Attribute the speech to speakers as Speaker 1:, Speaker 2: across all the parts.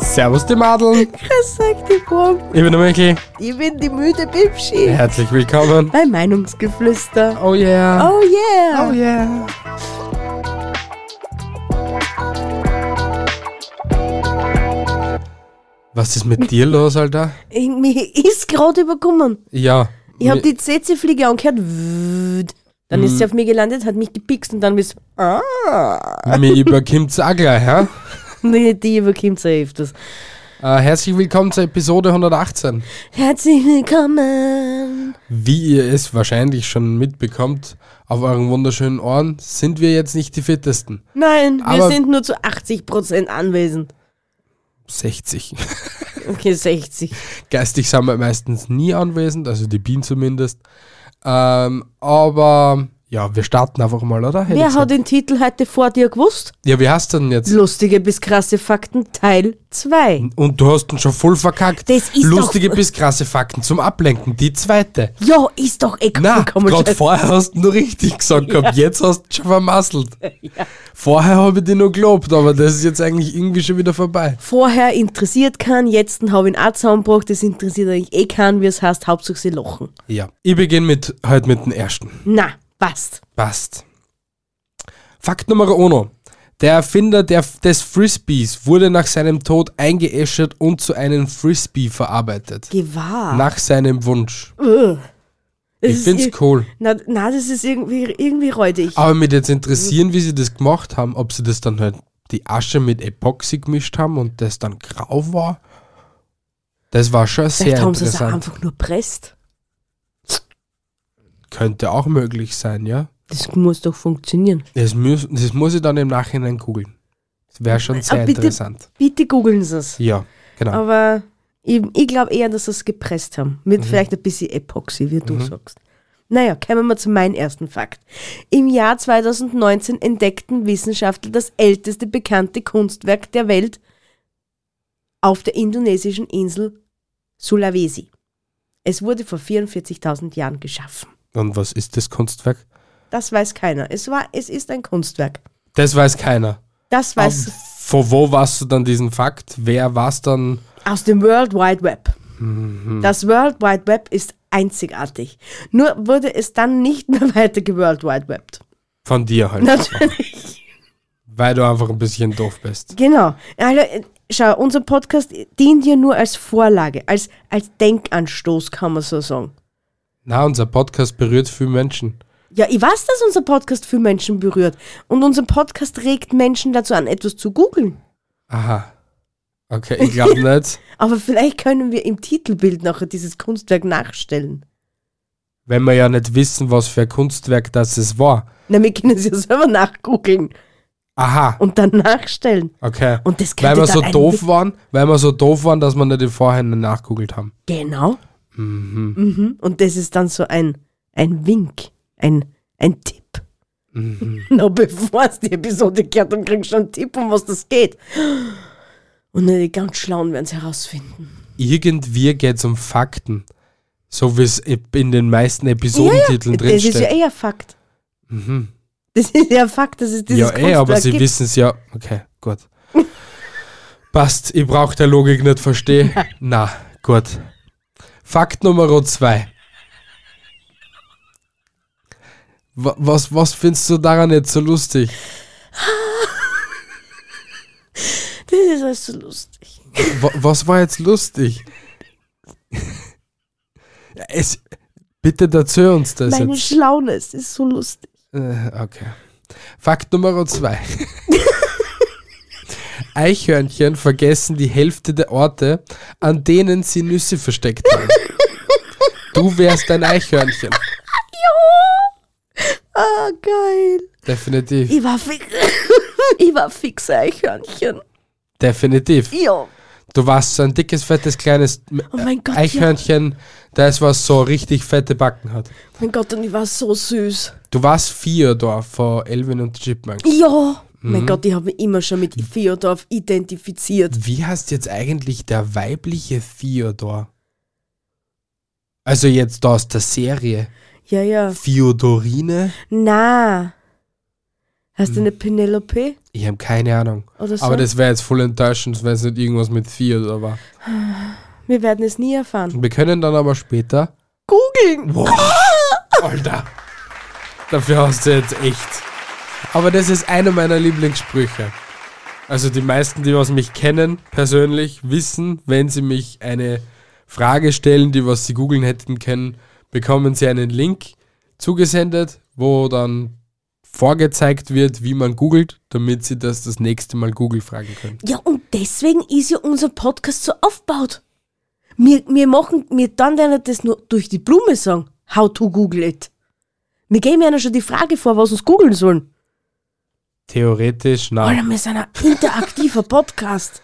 Speaker 1: Servus, die Madeln.
Speaker 2: Das sagt die Brom.
Speaker 1: Ich bin der Michi.
Speaker 2: Ich bin die müde Bibschi.
Speaker 1: Herzlich willkommen.
Speaker 2: Bei Meinungsgeflüster.
Speaker 1: Oh yeah.
Speaker 2: Oh yeah.
Speaker 1: yeah. Was ist mit dir los, Alter?
Speaker 2: Ich, mich ist gerade überkommen.
Speaker 1: Ja.
Speaker 2: Ich habe
Speaker 1: Mi-
Speaker 2: die CC-Fliege angehört. Wüt. Dann ist sie auf mich gelandet, hat mich gepikst und dann bist ah.
Speaker 1: Mir überkommt's auch gleich, hä?
Speaker 2: Nee, die überkommt so öfters.
Speaker 1: Äh, herzlich willkommen zur Episode 118.
Speaker 2: Herzlich willkommen.
Speaker 1: Wie ihr es wahrscheinlich schon mitbekommt, auf euren wunderschönen Ohren sind wir jetzt nicht die fittesten.
Speaker 2: Nein, wir
Speaker 1: Aber-
Speaker 2: sind nur zu 80% anwesend.
Speaker 1: 60.
Speaker 2: Okay, 60.
Speaker 1: Geistig sind wir meistens nie anwesend, also die Bienen zumindest. Ähm, aber ja, wir starten einfach mal, oder? Hätte ich
Speaker 2: Wer
Speaker 1: gesagt.
Speaker 2: hat den Titel heute vor dir gewusst?
Speaker 1: ja, wie heißt denn jetzt?
Speaker 2: Lustige bis krasse Fakten Teil 2.
Speaker 1: Und du hast ihn schon voll verkackt.
Speaker 2: Das ist
Speaker 1: Lustige
Speaker 2: doch-
Speaker 1: bis krasse Fakten zum Ablenken, die zweite.
Speaker 2: Ja, ist doch eh
Speaker 1: Na,
Speaker 2: vollkommen
Speaker 1: gerade
Speaker 2: scheiß-
Speaker 1: vorher hast du nur richtig gesagt gehabt, jetzt hast du schon vermasselt. Vorher habe ich dich nur gelobt, aber das ist jetzt eigentlich irgendwie schon wieder vorbei.
Speaker 2: vorher interessiert kann, jetzt habe ich ihn auch zusammengebracht, das interessiert eigentlich eh keinen, wie es heißt, Hauptsache sie lachen.
Speaker 1: Ja. Ich beginne mit, heute mit dem ersten.
Speaker 2: Na, passt.
Speaker 1: Passt. Fakt Nummer uno. Der Erfinder der, des Frisbees wurde nach seinem Tod eingeäschert und zu einem Frisbee verarbeitet.
Speaker 2: Gewahr.
Speaker 1: Nach seinem Wunsch.
Speaker 2: Ugh. Das
Speaker 1: Ich
Speaker 2: ist
Speaker 1: find's
Speaker 2: ir-
Speaker 1: cool.
Speaker 2: Na, na, das ist irgendwie, irgendwie räudig.
Speaker 1: Aber mich jetzt interessieren, wie sie das gemacht haben, ob sie das dann halt die Asche mit Epoxy gemischt haben und das dann grau war. Das war schon sehr
Speaker 2: Vielleicht haben sie es auch
Speaker 1: interessant.
Speaker 2: einfach nur presst.
Speaker 1: Könnte auch möglich sein, ja.
Speaker 2: Das muss doch funktionieren.
Speaker 1: Das muss, das muss ich dann im Nachhinein googeln. Das wäre schon sehr
Speaker 2: Äh, Aber Ah, bitte-
Speaker 1: interessant.
Speaker 2: Bitte googeln sie es.
Speaker 1: Ja, genau.
Speaker 2: Aber ich, ich glaube eher, dass sie es gepresst haben. Mit vielleicht ein bisschen Epoxy, wie du sagst. Naja, kommen wir zu meinem ersten Fakt. Im Jahr 2019 entdeckten Wissenschaftler das älteste bekannte Kunstwerk der Welt auf der indonesischen Insel Sulawesi. Es wurde vor 44.000 Jahren geschaffen.
Speaker 1: Und was ist das Kunstwerk?
Speaker 2: Das weiß keiner. Es, war, es ist ein Kunstwerk.
Speaker 1: Das weiß keiner.
Speaker 2: Das weiß
Speaker 1: Aber Von wo warst du dann diesen Fakt? Wer war's dann?
Speaker 2: aus dem World Wide Web. Das World Wide Web ist einzigartig. Nur wurde es dann nicht mehr weiter ge-World Wide Webt.
Speaker 1: Von dir halt.
Speaker 2: Natürlich.
Speaker 1: Weil du einfach ein bisschen doof bist.
Speaker 2: Genau. Also, äh, schau, unser Podcast dient ja nur als Vorlage, als, als Denkanstoß, kann man so sagen.
Speaker 1: Na, unser Podcast berührt viele Menschen.
Speaker 2: Ja, ich weiß, dass unser Podcast viele Menschen berührt. Und unser Podcast regt Menschen dazu an, etwas zu googeln.
Speaker 1: Aha. Okay, ich glaube nicht.
Speaker 2: Aber vielleicht können wir im Titelbild nachher dieses Kunstwerk nachstellen.
Speaker 1: Wenn wir ja nicht wissen, was für ein Kunstwerk das es war.
Speaker 2: Na, wir können es ja selber nachgoogeln
Speaker 1: Aha,
Speaker 2: und dann nachstellen.
Speaker 1: okay.
Speaker 2: Und das
Speaker 1: weil
Speaker 2: könnte
Speaker 1: wir
Speaker 2: dann
Speaker 1: so
Speaker 2: ein-
Speaker 1: doof waren, weil wir so doof waren, dass wir nicht im Vorhinein nachgoogelt haben.
Speaker 2: Genau. Mhm. Und das ist dann so ein, ein Wink, ein, ein Tipp.
Speaker 1: Mhm.
Speaker 2: Noch bevor es die Episode gehört, dann kriegst du schon einen Tipp, um was das geht. Und nur die ganz Schlauen werden es herausfinden.
Speaker 1: Irgendwie geht es um Fakten. So wie es in den meisten Episodentiteln
Speaker 2: das ist ja
Speaker 1: drinsteht. Mhm.
Speaker 2: eher Fakt. Das ist ja Fakt, dass es dieses
Speaker 1: Ja, eh, aber
Speaker 2: Kunstwerk
Speaker 1: sie
Speaker 2: gibt.
Speaker 1: wissen es ja. Okay, gut. Passt, ich brauche der Logik nicht verstehen. Na, gut. Fakt Nummer zwei. Wa- Was, was findest du daran jetzt so lustig?
Speaker 2: Das ist alles so lustig.
Speaker 1: Wa- Was war jetzt lustig? Ja, Es, bitte erzähl uns das
Speaker 2: Meine
Speaker 1: jetzt.
Speaker 2: Schlaune, es ist so lustig.
Speaker 1: Äh, okay. Fakt Nummer zwei. Eichhörnchen vergessen die Hälfte der Orte, an denen sie Nüsse versteckt haben. Du wärst ein Eichhörnchen.
Speaker 2: Ah, geil.
Speaker 1: Definitiv.
Speaker 2: Ich war fix. ich war fix Eichhörnchen.
Speaker 1: Definitiv.
Speaker 2: Ja.
Speaker 1: Du warst so ein dickes, fettes, kleines
Speaker 2: Oh mein Gott,
Speaker 1: Eichhörnchen, das was so richtig fette Backen hat.
Speaker 2: Mein Gott, und ich war so süß.
Speaker 1: Du warst Theodor von Elvin und Chipmunk.
Speaker 2: Ja!
Speaker 1: Mhm.
Speaker 2: Mein Gott, ich habe mich immer schon mit Theodor identifiziert.
Speaker 1: Wie heißt jetzt eigentlich der weibliche Theodor? Also jetzt aus der Serie.
Speaker 2: Ja, ja.
Speaker 1: Theodorine?
Speaker 2: Na. Hast du eine Penelope?
Speaker 1: Ich habe keine Ahnung.
Speaker 2: Oder so?
Speaker 1: Mhm. Aber das wäre jetzt voll enttäuschend, wenn es nicht irgendwas mit Theodor war.
Speaker 2: Wir werden es nie erfahren.
Speaker 1: Wir können dann aber später.
Speaker 2: Googeln!
Speaker 1: Alter! Dafür hast du jetzt echt. Aber das ist einer meiner Lieblingssprüche. Also die meisten, die was mich kennen, persönlich, wissen, wenn sie mich eine Frage stellen, die was sie googeln hätten können, bekommen sie einen Link zugesendet, wo dann vorgezeigt wird, wie man googelt, damit sie das das nächste Mal Google fragen können.
Speaker 2: Ja, und deswegen ist ja unser Podcast so aufgebaut. Wir, wir machen, wir dann werden das nur durch die Blume sagen. How to Google it. Wir geben ja schon die Frage vor, was uns googeln sollen.
Speaker 1: Theoretisch, nein.
Speaker 2: Alter, wir sind ein interaktiver Podcast.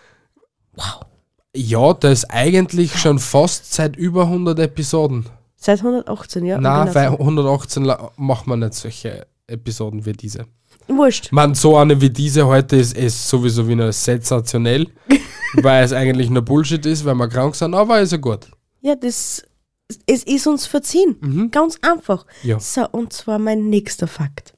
Speaker 1: Ja, das ist eigentlich schon fast seit über 100 Episoden.
Speaker 2: Seit 118, ja.
Speaker 1: Na,
Speaker 2: genau.
Speaker 1: weil 118 la- macht man nicht solche Episoden wie diese.
Speaker 2: Wurscht.
Speaker 1: Man, so eine wie diese heute ist, ist sowieso wieder sensationell, weil es eigentlich nur Bullshit ist, weil wir krank sind, aber ist ja gut.
Speaker 2: Ja, das, es ist uns verziehen. Ganz einfach.
Speaker 1: Ja.
Speaker 2: So, und zwar mein nächster Fakt.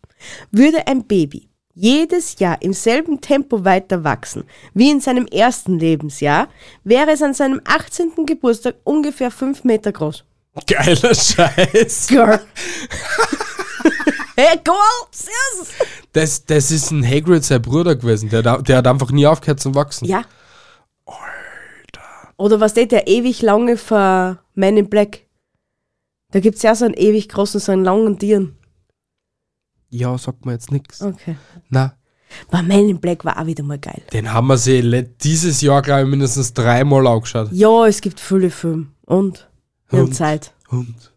Speaker 2: Würde ein Baby jedes Jahr im selben Tempo weiter wachsen wie in seinem ersten Lebensjahr, wäre es an seinem 18. Geburtstag ungefähr 5 Meter groß.
Speaker 1: Geiler Scheiß.
Speaker 2: Girl. hey, go out, sis.
Speaker 1: Das, das ist ein Hagrid, sein Bruder gewesen, der, hat- der hat einfach nie aufgehört zu wachsen.
Speaker 2: Ja. Oder was der, der ewig lange von Man in Black. Da gibt es ja so einen ewig großen, so einen langen Tieren.
Speaker 1: Ja, sagt mir jetzt nichts.
Speaker 2: Okay.
Speaker 1: Na,
Speaker 2: Aber Man in Black war auch wieder mal geil.
Speaker 1: den haben wir sie le- dieses Jahr, glaube ich, mindestens dreimal angeschaut.
Speaker 2: Ja, es gibt viele Filme. Und? Wir haben
Speaker 1: Und?
Speaker 2: Zeit.
Speaker 1: Hund.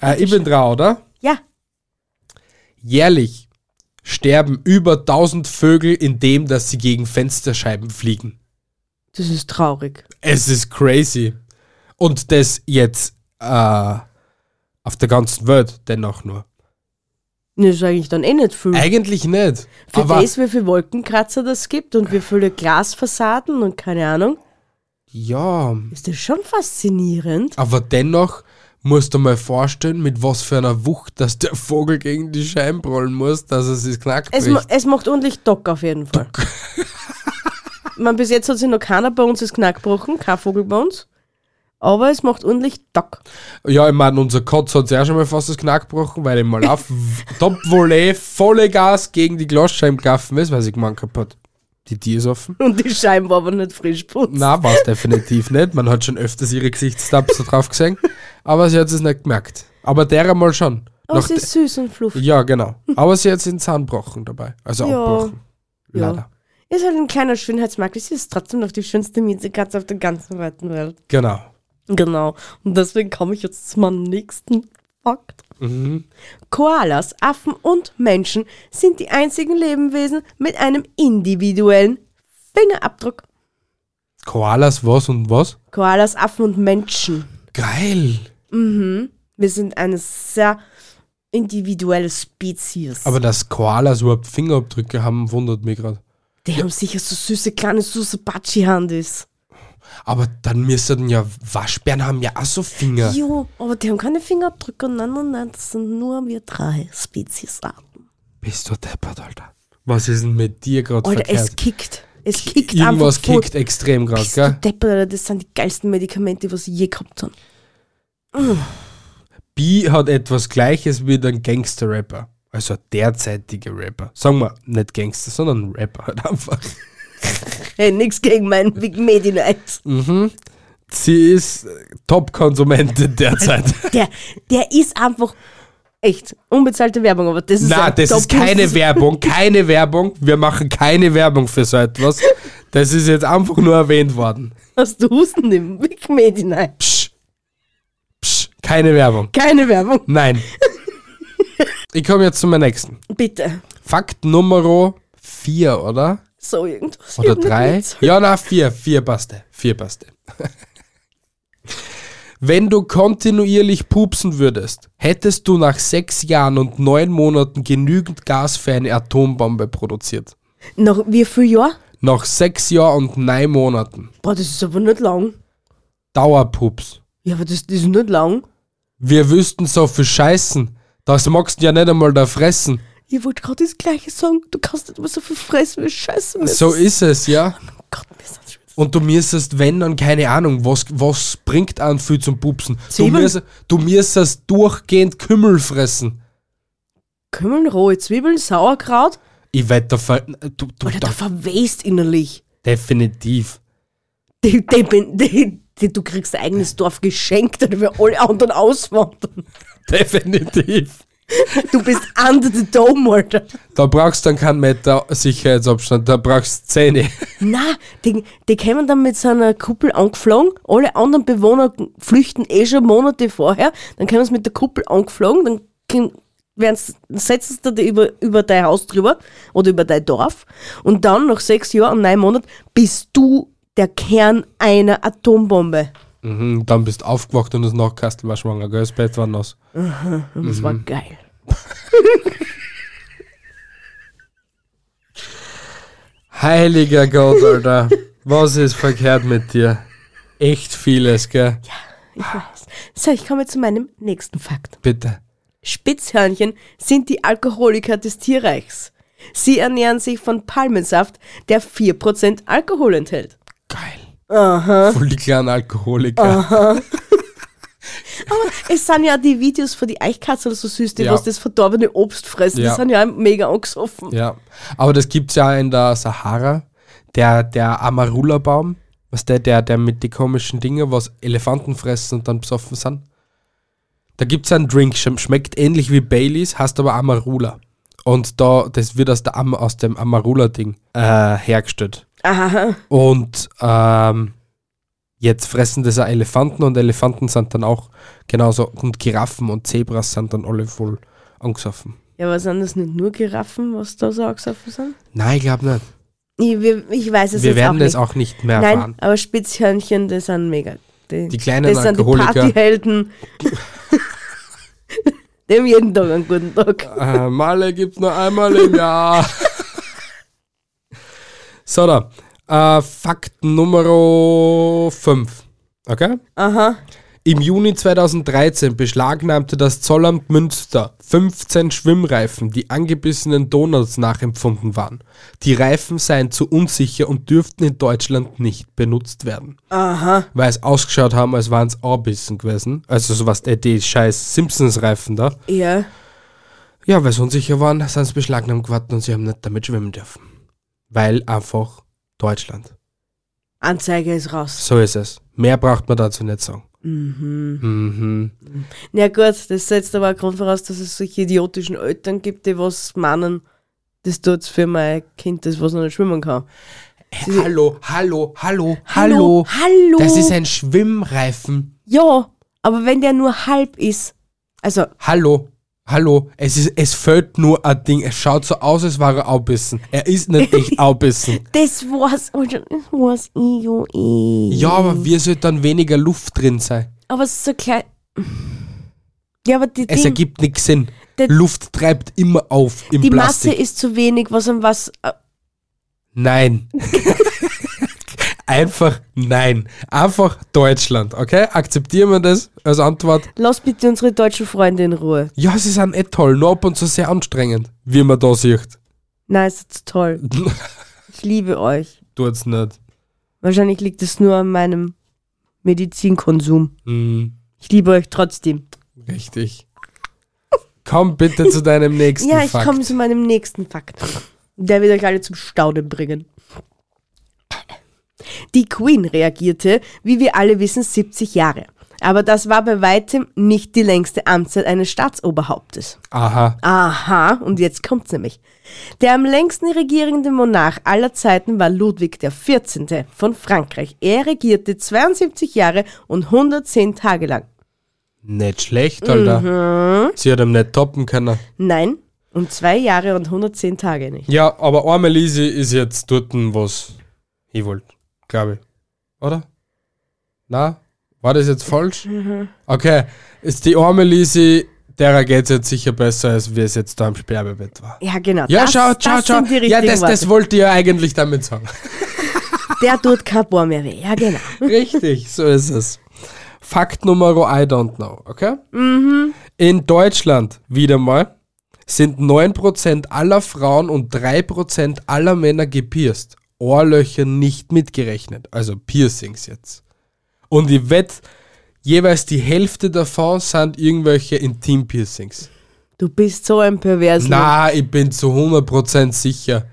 Speaker 1: Äh, ich bin dran, oder?
Speaker 2: Ja,
Speaker 1: Jährlich sterben über 1000 Vögel, indem dass sie gegen Fensterscheiben fliegen.
Speaker 2: das ist traurig.
Speaker 1: Es ist crazy. Und das jetzt äh, auf der ganzen Welt dennoch nur.
Speaker 2: Das ist eigentlich dann eh nicht viel.
Speaker 1: Eigentlich nicht.
Speaker 2: Für
Speaker 1: aber
Speaker 2: das, wie viele Wolkenkratzer das gibt und wie viele Glasfassaden und keine Ahnung,
Speaker 1: ja,
Speaker 2: ist das schon faszinierend.
Speaker 1: aber dennoch musst du mal vorstellen, mit was für einer Wucht, dass der Vogel gegen die Scheiben prallen muss, dass es sich knackt.
Speaker 2: Es, ma es macht ordentlich Dock auf jeden Fall. Man, bis jetzt hat sich noch keiner bei uns das Knack gebrochen, kein Vogel bei uns. Aber es macht ordentlich Dock.
Speaker 1: Ja, ich meine, unser Kotz hat ja schon mal fast das Knack gebrochen, weil ich mal auf Top-Volley, volle Gas gegen die Glasscheiben gelaufen ist, weil ich gemeint kaputt. Die Tür ist offen.
Speaker 2: Und die Scheiben war aber nicht frisch putzt.
Speaker 1: Na, war es definitiv nicht. Man hat schon öfters ihre Gesichtstabs da drauf gesehen, aber sie hat es nicht gemerkt. Aber derer mal schon.
Speaker 2: Aber
Speaker 1: Nach
Speaker 2: es ist süß und fluffig.
Speaker 1: ja, genau. Aber sie hat den Zahn gebrochen dabei. Also
Speaker 2: Ja.
Speaker 1: abbrochen.
Speaker 2: Ja.
Speaker 1: Leider.
Speaker 2: Ist halt ein kleiner Schönheitsmakel. Sie ist trotzdem noch die schönste Mietekatze auf der ganzen weiten Welt.
Speaker 1: Genau.
Speaker 2: Genau. Und deswegen komme ich jetzt zu meinem nächsten Fakt.
Speaker 1: Mhm.
Speaker 2: Koalas, Affen und Menschen sind die einzigen Lebewesen mit einem individuellen Fingerabdruck.
Speaker 1: Koalas, was und was?
Speaker 2: Koalas, Affen und Menschen.
Speaker 1: Geil.
Speaker 2: Wir sind eine sehr individuelle Spezies.
Speaker 1: Aber dass Koalas überhaupt Fingerabdrücke haben, wundert mich gerade.
Speaker 2: die haben sicher so süße kleine Susabachi-Handys.
Speaker 1: Aber dann müssten ja Waschbären haben ja auch so Finger.
Speaker 2: Jo, aber die haben keine Fingerabdrücke. Nein, nein, nein, das sind nur wir drei Ah. Speziesarten.
Speaker 1: Bist du deppert, Alter. Was ist denn mit dir gerade
Speaker 2: Alter, es
Speaker 1: verkehrt?
Speaker 2: kickt. Es kickt
Speaker 1: Irgendwas
Speaker 2: einfach voll.
Speaker 1: kickt extrem gerade,
Speaker 2: Bist
Speaker 1: gell?
Speaker 2: du deppert, Alter, das sind die geilsten Medikamente, was ich je gehabt habe.
Speaker 1: B hat etwas Gleiches wie ein Gangster-Rapper. Also ein derzeitiger Rapper. Sagen wir, nicht Gangster, sondern Rapper halt einfach.
Speaker 2: Hey, Äh, nix gegen meinen Big Medi Night.
Speaker 1: Sie ist äh, Top-Konsumentin derzeit.
Speaker 2: Der, der ist einfach echt unbezahlte Werbung, aber das ist
Speaker 1: Na,
Speaker 2: ein
Speaker 1: das ist
Speaker 2: Top-Business.
Speaker 1: keine Werbung, keine Werbung. Wir machen keine Werbung für so etwas. Das ist jetzt einfach nur erwähnt worden.
Speaker 2: Hast du Husten im Big Medi Night?
Speaker 1: Psch. Psch. Keine Werbung.
Speaker 2: Keine Werbung.
Speaker 1: Nein. Ich komme jetzt zu meinem nächsten.
Speaker 2: Bitte.
Speaker 1: Fakt Nummer 4, oder?
Speaker 2: So irgendwas.
Speaker 1: Oder
Speaker 2: Ich hab noch
Speaker 1: drei?
Speaker 2: nichts.
Speaker 1: Ja, na, vier. Vier passte. Vier passte. Wenn du kontinuierlich pupsen würdest, hättest du nach sechs Jahren und neun Monaten genügend Gas für eine Atombombe produziert.
Speaker 2: Noch wie viel Jahr?
Speaker 1: Nach sechs Jahren und neun Monaten.
Speaker 2: Boah, das ist aber nicht lang.
Speaker 1: Dauerpups.
Speaker 2: Ja, aber das, das ist nicht lang.
Speaker 1: Wir wüssten so viel Scheißen. Das magst du ja nicht einmal da fressen.
Speaker 2: Ich wollte gerade das gleiche sagen. Du kannst nicht mehr so viel fressen, wie scheiße mir
Speaker 1: So ist es, ja.
Speaker 2: Oh Gott, mir ist das schwitz.
Speaker 1: Und du müsstest, wenn, dann keine Ahnung, was, was bringt an viel zum Pupsen. Du
Speaker 2: Zwiebeln?
Speaker 1: müsstest, du müsstest durchgehend Kümmel fressen.
Speaker 2: Kümmeln, rohe Zwiebeln, Sauerkraut.
Speaker 1: Ich werde da ver du, du,
Speaker 2: Alter,
Speaker 1: da
Speaker 2: du verwest innerlich.
Speaker 1: definitiv.
Speaker 2: Die, die, bin- die, die, du kriegst dein eigenes Dorf geschenkt, oder wir alle anderen auswandern.
Speaker 1: Definitiv.
Speaker 2: Du bist under the dome, Alter.
Speaker 1: Da brauchst du dann keinen Meter Sicherheitsabstand, da brauchst du Zähne.
Speaker 2: Na, die, die kämen dann mit so einer Kuppel angeflogen, alle anderen Bewohner flüchten eh schon Monate vorher, dann kämen sie mit der Kuppel angeflogen, dann kling- werden's- setzen sie da die über, über dein Haus drüber oder über dein Dorf und dann nach sechs Jahren und neun Monaten bist du der Kern einer Atombombe.
Speaker 1: Mhm, dann bist du aufgewacht und das Nachkastel war schwanger, gell? Das Bett war nass.
Speaker 2: Und das
Speaker 1: Mhm.
Speaker 2: war geil.
Speaker 1: Heiliger Gott, Alter. Was ist verkehrt mit dir? Echt vieles, gell?
Speaker 2: Ich weiß. So, ich komme zu meinem nächsten Fakt.
Speaker 1: Bitte.
Speaker 2: Spitzhörnchen sind die Alkoholiker des Tierreichs. Sie ernähren sich von Palmensaft, der 4% Alkohol enthält.
Speaker 1: Geil. Voll die kleinen Alkoholiker.
Speaker 2: Es sind ja die Videos von die Eichkatzel so süß, die
Speaker 1: Ja.
Speaker 2: was das verdorbene Obst fressen.
Speaker 1: Ja.
Speaker 2: Die sind ja mega angesoffen.
Speaker 1: Ja, aber das gibt's ja in der Sahara, der, der Amarula-Baum, was der, der, der mit den komischen Dingen, was Elefanten fressen und dann besoffen sind. Da gibt's einen Drink, schm- schmeckt ähnlich wie Baileys, heißt aber Amarula. Und da, das wird aus, der Am aus dem Amarula-Ding äh, hergestellt.
Speaker 2: Aha.
Speaker 1: Und ähm, jetzt fressen das auch Elefanten und Elefanten sind dann auch genauso. Und Giraffen und Zebras sind dann alle voll angesoffen.
Speaker 2: Ja, aber sind das nicht nur Giraffen, was da so angesoffen sind?
Speaker 1: Nein, ich glaube nicht.
Speaker 2: Ich, wir- ich weiß es
Speaker 1: Wir
Speaker 2: jetzt auch
Speaker 1: werden
Speaker 2: nicht.
Speaker 1: das auch nicht mehr
Speaker 2: Nein,
Speaker 1: erfahren.
Speaker 2: aber Spitzhörnchen, das sind mega. Die,
Speaker 1: Die kleinen
Speaker 2: das sind
Speaker 1: Alkoholiker.
Speaker 2: die Partyhelden. Dem jeden Tag einen guten Tag.
Speaker 1: Äh, Male gibt's nur einmal im Jahr. so, da. Äh, Fakt Nummer 5. Okay?
Speaker 2: Aha.
Speaker 1: Im Juni 2013 beschlagnahmte das Zollamt Münster 15 Schwimmreifen, die angebissenen Donuts nachempfunden waren. Die Reifen seien zu unsicher und dürften in Deutschland nicht benutzt werden.
Speaker 2: Aha.
Speaker 1: Weil es ausgeschaut haben, als wären es Orbissen gewesen. Also sowas, äh, die scheiß Simpsons-Reifen da.
Speaker 2: Ja.
Speaker 1: Ja, weil sie unsicher waren, sind sie beschlagnahmt geworden und sie haben nicht damit schwimmen dürfen. Weil einfach Deutschland.
Speaker 2: Anzeige ist raus.
Speaker 1: So ist es. Mehr braucht man dazu nicht sagen. Mhm.
Speaker 2: Na gut, das setzt aber auch Grund voraus, dass es solche idiotischen Eltern gibt, die was meinen, das tut's für mein Kind, das was noch nicht schwimmen kann.
Speaker 1: Hey, Äh, hallo, hallo, hallo, hallo,
Speaker 2: Hallo!
Speaker 1: Das ist ein Schwimmreifen.
Speaker 2: ja, aber wenn der nur halb ist, also,
Speaker 1: Hallo, hallo. Es, ist, es fällt nur ein Ding. Es schaut so aus, als wäre er Aubissen. Er ist nicht echt Aubissen.
Speaker 2: das war's, Alter, das war's, ich, ja, ich.
Speaker 1: Ja, aber wir sollten dann weniger Luft drin sein.
Speaker 2: Aber es ist so klein. Ja, aber die,
Speaker 1: Es
Speaker 2: Ding-
Speaker 1: ergibt nichts Sinn.
Speaker 2: Der-
Speaker 1: Luft treibt immer auf im
Speaker 2: die
Speaker 1: Plastik.
Speaker 2: Masse ist zu wenig, was und was. äh,
Speaker 1: Nein. Einfach nein. Einfach Deutschland, okay? Akzeptieren wir das als Antwort?
Speaker 2: Lass bitte unsere deutschen Freunde in Ruhe.
Speaker 1: Ja, sie sind eh toll, nur ab und zu sehr anstrengend, wie man da sieht.
Speaker 2: Nein, ist jetzt toll. Ich liebe euch.
Speaker 1: Tut's nicht.
Speaker 2: Wahrscheinlich liegt es nur an meinem Medizinkonsum.
Speaker 1: Hm,
Speaker 2: Ich liebe euch trotzdem.
Speaker 1: richtig. Komm bitte zu deinem nächsten
Speaker 2: ja, ich
Speaker 1: Fakt.
Speaker 2: komme zu meinem nächsten Fakt. Der wird euch alle zum Staunen bringen. Die Queen reagierte, wie wir alle wissen, 70 Jahre. Aber das war bei weitem nicht die längste Amtszeit eines Staatsoberhauptes.
Speaker 1: Aha.
Speaker 2: Aha, und jetzt kommt's nämlich. Der am längsten regierende Monarch aller Zeiten war Ludwig XIV. von Frankreich. Er regierte 72 Jahre und 110 Tage lang. Mhm.
Speaker 1: Nicht schlecht, Alter. Sie hat ihm nicht toppen können.
Speaker 2: Nein, Und zwei Jahre und 110 Tage nicht.
Speaker 1: Ja, aber arme Lisi ist jetzt dort, was ich wollte, glaube ich. Oder? Na? War das jetzt falsch?
Speaker 2: Mhm.
Speaker 1: Okay, ist die arme Lisi, derer geht es jetzt sicher besser, als wir es jetzt da im Sterbebett war.
Speaker 2: Ja, genau.
Speaker 1: Ja,
Speaker 2: das,
Speaker 1: schau,
Speaker 2: das
Speaker 1: schau, schau.
Speaker 2: Sind die
Speaker 1: Ja, das,
Speaker 2: richtigen
Speaker 1: das
Speaker 2: Worte.
Speaker 1: wollte ich ja eigentlich damit sagen.
Speaker 2: Der tut kein Bohr mehr weh. Ja, genau.
Speaker 1: Richtig, so ist es. Fakt Nummer I don't know, okay? In Deutschland, wieder mal, sind 9% aller Frauen und 3% aller Männer gepierst. Ohrlöcher nicht mitgerechnet, also Piercings jetzt. Und ich wette, jeweils die Hälfte davon sind irgendwelche Intim-Piercings.
Speaker 2: Du bist so ein Perverser.
Speaker 1: Na, ich bin zu 100% sicher.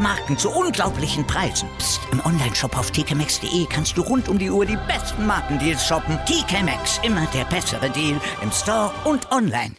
Speaker 3: Marken zu unglaublichen Preisen. Psst. im Onlineshop auf tkmaxx.de kannst du rund um die Uhr die besten Markendeals shoppen. TK Maxx, immer der bessere Deal im Store und online.